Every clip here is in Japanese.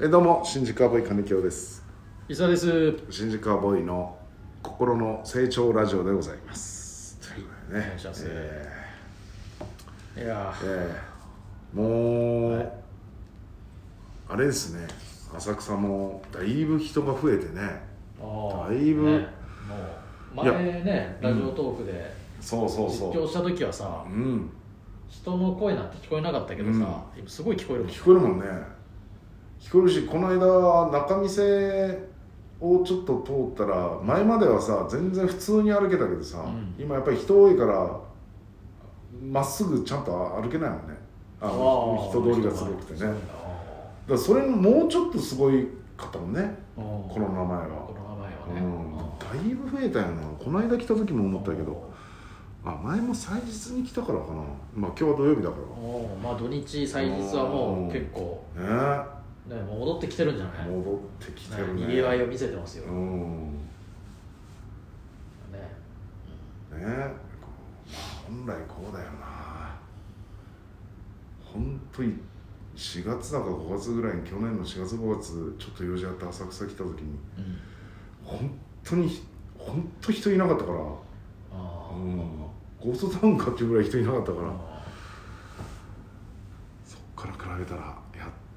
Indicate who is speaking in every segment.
Speaker 1: えどうも新宿アボーイ金城です
Speaker 2: 伊沢です。
Speaker 1: 新宿アボーイの心の成長ラジオでございますということでね
Speaker 2: お願いします
Speaker 1: え
Speaker 2: いや
Speaker 1: ーえーもう、あれですね浅草もだいぶ人が増えてね
Speaker 2: ー、あ
Speaker 1: だいぶ
Speaker 2: ねもう
Speaker 1: いや
Speaker 2: 前ねラジオトークで
Speaker 1: そうそう
Speaker 2: 実況した時はさ、
Speaker 1: うん
Speaker 2: 人の声なんて聞こえなかったけどさ、今すごい聞こえるもん。
Speaker 1: 聞こえるもんね聞こえるしこの間仲見世をちょっと通ったら前まではさ全然普通に歩けたけどさ、
Speaker 2: ん
Speaker 1: 今やっぱり人多いからまっすぐちゃんと歩けないもんねあの人通りがすごくてねだか
Speaker 2: あ
Speaker 1: らそれももうちょっとすごいかったもんね
Speaker 2: ー
Speaker 1: コロナ前
Speaker 2: コ
Speaker 1: は、
Speaker 2: ロナ前は
Speaker 1: う
Speaker 2: ね。
Speaker 1: ん、だいぶ増えたよなこの間来た時も思ったけどあ前も祭日に来たからかなまあ今日は土曜日だか
Speaker 2: おーまあ土日祭日はもう結構
Speaker 1: らね
Speaker 2: ねもう戻ってきてるんじゃない？ね
Speaker 1: 戻ってきてるね
Speaker 2: にぎわいを見せてますよ。
Speaker 1: う
Speaker 2: ね。
Speaker 1: んねえこうまあ本来こうだよな本当に4月だか5月ぐらいに去年の4月5月ちょっと用事あって浅草来た時に
Speaker 2: うん
Speaker 1: 本当に本当人いなかったから、
Speaker 2: あー
Speaker 1: うん、ゴーストタウンかっていうぐらい人いなかったから、
Speaker 2: あ
Speaker 1: そっから比べたらやっ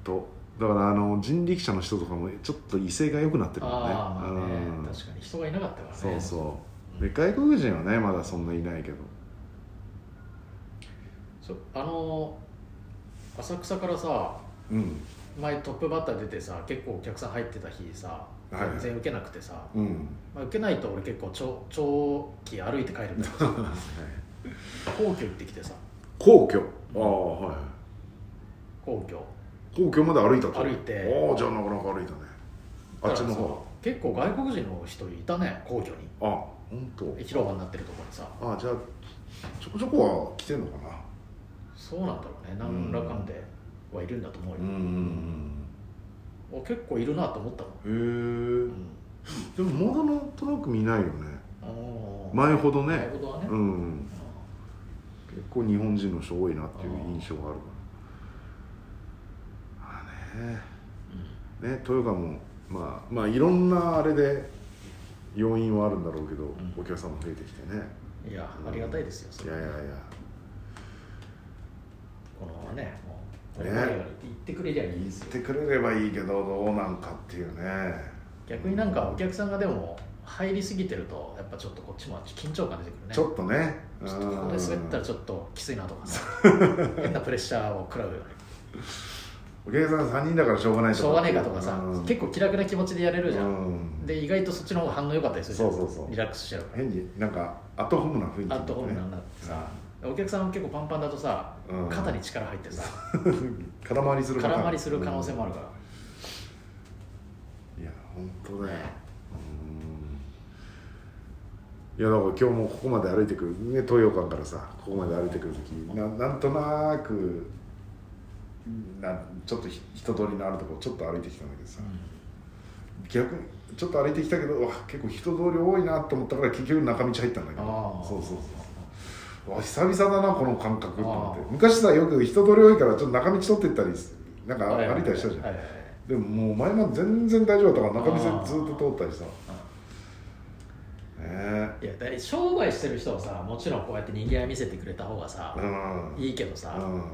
Speaker 1: とだからあの人力車の人とかもちょっと威勢が良くなって
Speaker 2: ー
Speaker 1: るもんね
Speaker 2: あーまあ
Speaker 1: うん
Speaker 2: ね確かに人がいなかったからね。
Speaker 1: そうそうで外国人はねまだそんないないけど
Speaker 2: そうあのー浅草からさ
Speaker 1: うん
Speaker 2: 前トップバッター出てさ結構お客さん入ってた日さ
Speaker 1: はい
Speaker 2: 全然受けなくてさ、
Speaker 1: うん
Speaker 2: まあ、受けないと俺結構長長期歩いて帰るんだけ ど皇居行ってきてさ
Speaker 1: 皇居ああはい
Speaker 2: 皇居
Speaker 1: 皇居まで歩いたと
Speaker 2: 歩いて
Speaker 1: ああじゃあなかなか歩いたねあっちの方
Speaker 2: 結構外国人の人いたね皇居に
Speaker 1: あ本当。
Speaker 2: 広場になってるところにさ
Speaker 1: ああじゃあちょこちょこは来てんのかな
Speaker 2: そうなんだろうね何らかんではいるんだと思うよ、
Speaker 1: ん
Speaker 2: お結構いるなと思ったも
Speaker 1: へえ
Speaker 2: ん、うん
Speaker 1: でもまだなんとなく見ないよね
Speaker 2: あのー
Speaker 1: 前ほど
Speaker 2: なる
Speaker 1: ね
Speaker 2: ほどはね、
Speaker 1: う
Speaker 2: うん
Speaker 1: ん結構日本人の人多いなっていう印象があるからああねね、豊川も、まあ、まあいろんなあれで要因はあるんだろうけど、
Speaker 2: ん
Speaker 1: お客さんも増えてきてね
Speaker 2: いやありがたいですよそ
Speaker 1: い
Speaker 2: れ
Speaker 1: やいやいや
Speaker 2: このままねもう
Speaker 1: ね
Speaker 2: このまま行ってくれりゃいいで
Speaker 1: 言
Speaker 2: す
Speaker 1: っ
Speaker 2: よ
Speaker 1: てくれればいいけどどうなんかっていうね
Speaker 2: 逆になんかお客さんがでも入りすぎてるとやっぱちょっとこっちも緊張感出てくるね
Speaker 1: ちょっとね
Speaker 2: ちょっとここで滑ったら
Speaker 1: うん
Speaker 2: ちょっときついなとかさ変なプレッシャーを食らうよね
Speaker 1: お客さん3人だからしょうがない
Speaker 2: しょうがねえかとかさ
Speaker 1: うん
Speaker 2: 結構気楽な気持ちでやれるじゃん
Speaker 1: うん
Speaker 2: で意外とそっちの方が反応良かったりするじゃん
Speaker 1: そうそうそう
Speaker 2: リラックスしてるか
Speaker 1: 変になんかアットホームな雰囲気、
Speaker 2: らアットホームなんだってさお客さん結構パンパンだとさ
Speaker 1: うん
Speaker 2: 肩に力入ってさ
Speaker 1: うん空回りするパターン
Speaker 2: 空回りする可能性もあるから
Speaker 1: いや本当だようんいやだから今日もここまで歩いてくるね東洋館からさここまで歩いてくる時ななんとなくなちょっとひ人通りのあるところちょっと歩いてきたんだけどさ、逆にちょっと歩いてきたけどうわ結構人通り多いなと思ったから結局中道入ったんだけ
Speaker 2: あ
Speaker 1: ど
Speaker 2: あ
Speaker 1: そうそうそううわ久々だなこの感覚と思っ
Speaker 2: あ
Speaker 1: て昔さよく人通り多いからちょっと中道取ってったりすなんか
Speaker 2: はいは
Speaker 1: 歩
Speaker 2: い
Speaker 1: いたりしたじゃん、
Speaker 2: はいはいはい
Speaker 1: でももう前まで全然大丈夫だったから中
Speaker 2: あー
Speaker 1: 見せずっと通ったりさねえ
Speaker 2: いやだい商売してる人はさもちろんこうやって人間味見せてくれた方がさ
Speaker 1: うん
Speaker 2: いいけど
Speaker 1: う
Speaker 2: さ
Speaker 1: ん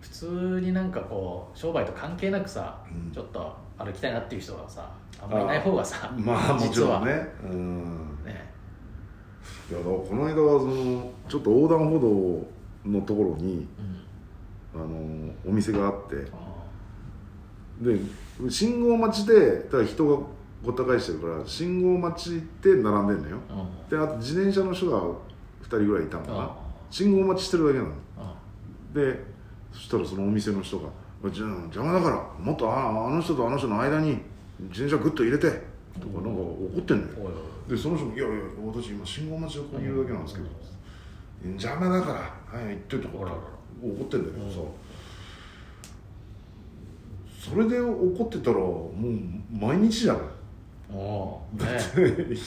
Speaker 2: 普通になんかこう商売と関係なくさ
Speaker 1: うん
Speaker 2: ちょっと歩きたいなっていう人はさあんまりいない方がさ
Speaker 1: まあもち
Speaker 2: 実
Speaker 1: ろ
Speaker 2: は
Speaker 1: んね
Speaker 2: ね
Speaker 1: うんいやだからこの間はそのちょっと横断歩道のところに
Speaker 2: うん
Speaker 1: あのお店があって
Speaker 2: あ
Speaker 1: で信号待ちでただ人がごった返してるから信号待ちで並んでんのよで
Speaker 2: ーうん
Speaker 1: あと自転車の人が2人ぐらいいたのかな
Speaker 2: あ
Speaker 1: 信号待ちしてるだけなの
Speaker 2: あ
Speaker 1: でそしたらそのお店の人が「じゃあ邪魔だからもっとああの人とあの人の間に自転車グッと入れて」とかなんか怒ってんだよ
Speaker 2: おいお
Speaker 1: で
Speaker 2: い
Speaker 1: その人も「いやいや私今信号待ちでここにいるだけなんですけど邪魔だからはい行って」とか
Speaker 2: ほらほ
Speaker 1: 怒ってんだけどさそれで怒ってたらもう毎日じゃない
Speaker 2: おおーね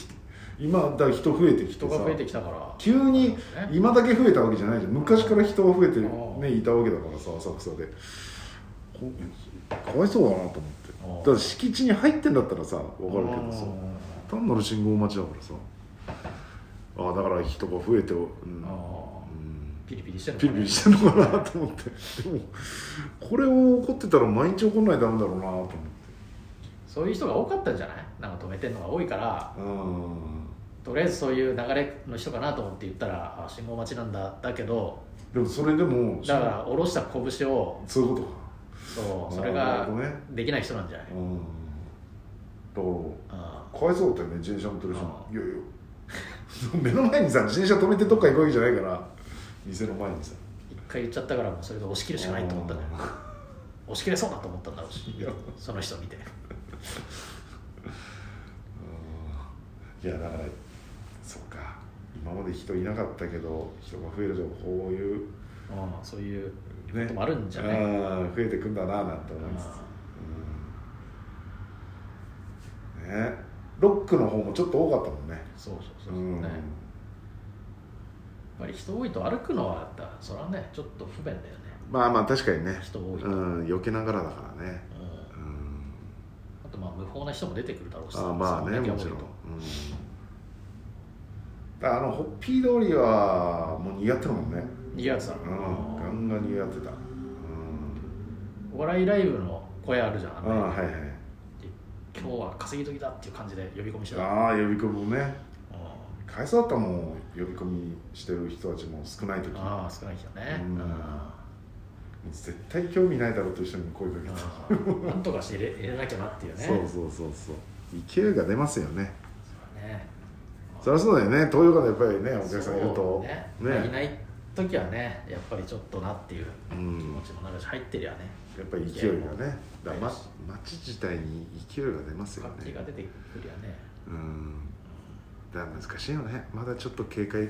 Speaker 1: 今だから人増えてきてさ
Speaker 2: 人が増えてきたか ら
Speaker 1: 急に今だけ増えたわけじゃないじゃん昔から人が増えて、
Speaker 2: ああ
Speaker 1: ね、いたわけだからさ浅草でこかわいそうだなと思ってだから敷地に入ってんだったらさわかるけどさ
Speaker 2: あ
Speaker 1: 単なる信号待ちだからさあーだから人が増えて、うん
Speaker 2: ーあ
Speaker 1: うん
Speaker 2: ーピリピリしてるのか
Speaker 1: ピリ
Speaker 2: な
Speaker 1: ピリしてるのかなと思ってでもこれを怒ってたら毎日怒んないとダメだろうなと思って
Speaker 2: そういう人が多かったんじゃないなんか止めてるのが多いから
Speaker 1: うん
Speaker 2: とりあえずそういう流れの人かなと思って言ったらあ信号待ちなんだだけど
Speaker 1: でもそれでも
Speaker 2: だから下ろした拳を
Speaker 1: そういうことか
Speaker 2: そうそれ
Speaker 1: な
Speaker 2: が
Speaker 1: るほどね
Speaker 2: できない人なんじゃない
Speaker 1: うんだから
Speaker 2: あ
Speaker 1: かわいそうだったよね自転車乗ってる人
Speaker 2: あ
Speaker 1: いやいや 目の前にさ自転車止めてどっか行くわけじゃないから店の前にさ
Speaker 2: 一回言っちゃったからもうそれで押し切るしかないと思ったね押し切れそうだと思ったんだろうし
Speaker 1: いや
Speaker 2: その人見て
Speaker 1: うんいやだからそうか今まで人いなかったけど人が増えるとこういう
Speaker 2: うんそういうこ
Speaker 1: ね
Speaker 2: ともあるんじゃない、
Speaker 1: あー増えてくんだななんて思いつつ
Speaker 2: あ
Speaker 1: うんねロックの方もちょっと多かったもんね
Speaker 2: そうそうそううそう、
Speaker 1: ん
Speaker 2: ねやっぱり人多いと歩くのはやっぱそれはねちょっと不便だよね
Speaker 1: まあまあ確かにね
Speaker 2: 人多いと
Speaker 1: うん、避けながらだからね
Speaker 2: うん
Speaker 1: うん
Speaker 2: あとまあ無法な人も出てくるだろうし
Speaker 1: あまあね
Speaker 2: そだけ
Speaker 1: も
Speaker 2: 多い
Speaker 1: ち
Speaker 2: と
Speaker 1: ろん、うん、だからあのホッピー通りはもう賑わってるもんね
Speaker 2: いいやつだろ
Speaker 1: うんガンガン賑わってたうん
Speaker 2: お笑いライブの声あるじゃんあ
Speaker 1: ああ
Speaker 2: の
Speaker 1: はいはい
Speaker 2: 今日は稼ぎ時だっていう感じで呼び込みしてた、うん
Speaker 1: ああ呼び込みもね返そうだったらもう呼び込みしてる人たちも少ない時
Speaker 2: ああ少ない人ね、
Speaker 1: うん
Speaker 2: うん
Speaker 1: 絶対興味ないだろうと一緒に声かけてた、
Speaker 2: なんとかして入れ入 れなきゃなっていうね
Speaker 1: そうそうそうそう勢いが出ますよね
Speaker 2: そ
Speaker 1: そ
Speaker 2: うね
Speaker 1: りゃそうだよね東洋館でやっぱりねお客さんいる
Speaker 2: そ
Speaker 1: と
Speaker 2: うね
Speaker 1: ね
Speaker 2: いない時はねやっぱりちょっとなっていう
Speaker 1: う
Speaker 2: 気
Speaker 1: ん
Speaker 2: 持ちもなるし入ってりゃね
Speaker 1: やっぱり勢いがねだから、ま
Speaker 2: そう、
Speaker 1: 街自体に勢いが出ますよ
Speaker 2: 活気
Speaker 1: ね
Speaker 2: が出てくりゃね
Speaker 1: うんだから難しいよねまだちょっと警戒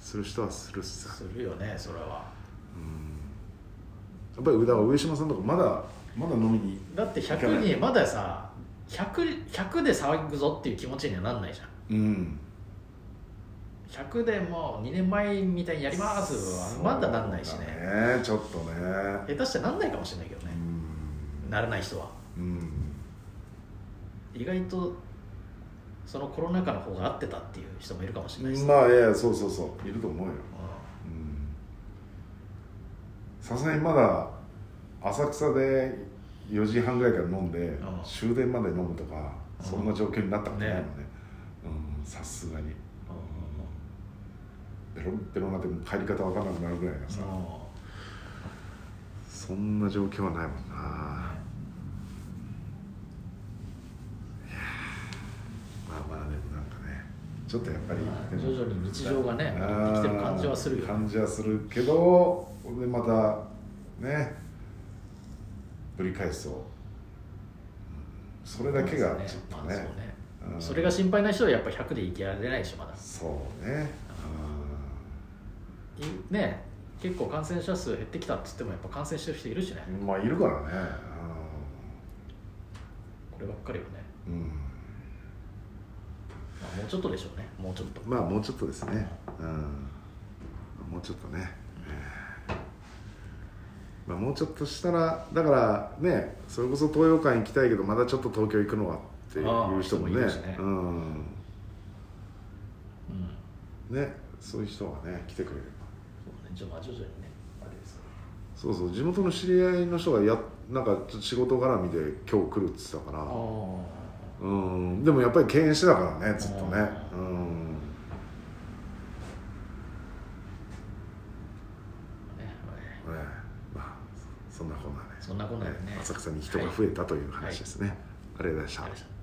Speaker 1: する人はするしさ
Speaker 2: するよねそれは
Speaker 1: うんやっぱりだから上島さんとかまだまだ飲みに
Speaker 2: だって100にまださ 100, 100で騒ぐぞっていう気持ちにはなんないじゃん
Speaker 1: うん
Speaker 2: 100でもう2年前みたいにやりますはまだなんないし
Speaker 1: そう
Speaker 2: ね
Speaker 1: だねちょっとね
Speaker 2: 下手してなんないかもしれないけど
Speaker 1: う
Speaker 2: ね、
Speaker 1: ん
Speaker 2: ならない人は
Speaker 1: うん
Speaker 2: 意外とそのコロナ禍の方が合ってたっていう人もいるかもしれないし、
Speaker 1: まあいやいやそうそうそういると思うよう
Speaker 2: う
Speaker 1: んさすがにまだ浅草で4時半ぐらいから飲んで、
Speaker 2: ん
Speaker 1: 終電まで飲むとか、
Speaker 2: うん
Speaker 1: そんな状況になったことないもんね
Speaker 2: ね
Speaker 1: うんさすがに
Speaker 2: ん
Speaker 1: ベロンベロンになってもう帰り方わからなくなるぐらいのさ、
Speaker 2: も
Speaker 1: そんな状況はないもんな、いやーまあまあでもなんかねちょっとやっぱり、
Speaker 2: まあ
Speaker 1: でも
Speaker 2: 徐々に日常がね
Speaker 1: あー
Speaker 2: 戻ってきてる感じはするよ
Speaker 1: 感じはするけどでまたねぶり返すと、うんそれ
Speaker 2: う
Speaker 1: だけが
Speaker 2: そう
Speaker 1: ちょっと
Speaker 2: まあ
Speaker 1: ね
Speaker 2: そう
Speaker 1: うん
Speaker 2: それが心配な人はやっぱ100でいけられないしまだ
Speaker 1: そうね
Speaker 2: いね結構感染者数減ってきたっつってもやっぱ感染してる人いるしね
Speaker 1: うんまあいるからね
Speaker 2: こればっかりはね、
Speaker 1: うん、うん
Speaker 2: まあもうちょっとでしょうねもうちょっと
Speaker 1: まあもうちょっとですね、うん、もうちょっとね、まあ、もうちょっとしたらだからねそれこそ東洋館行きたいけどまだちょっと東京行くのはっていう人もね
Speaker 2: ああ人もいるしね
Speaker 1: うん、
Speaker 2: うん
Speaker 1: ねそういう人がね来てくれれば
Speaker 2: そうねちょっとまあ徐々にねあれですけど
Speaker 1: そうそう地元の知り合いの人がやなんかちょっと仕事絡みで今日来るっつってたからうんでもやっぱり敬遠してたからねずっとね
Speaker 2: あ
Speaker 1: うん
Speaker 2: ねまあね
Speaker 1: ねまあそんなこんなね
Speaker 2: そんなこんなでね
Speaker 1: 浅草に人が増えたという話ですね、ありがとうございました
Speaker 2: ありがとうございました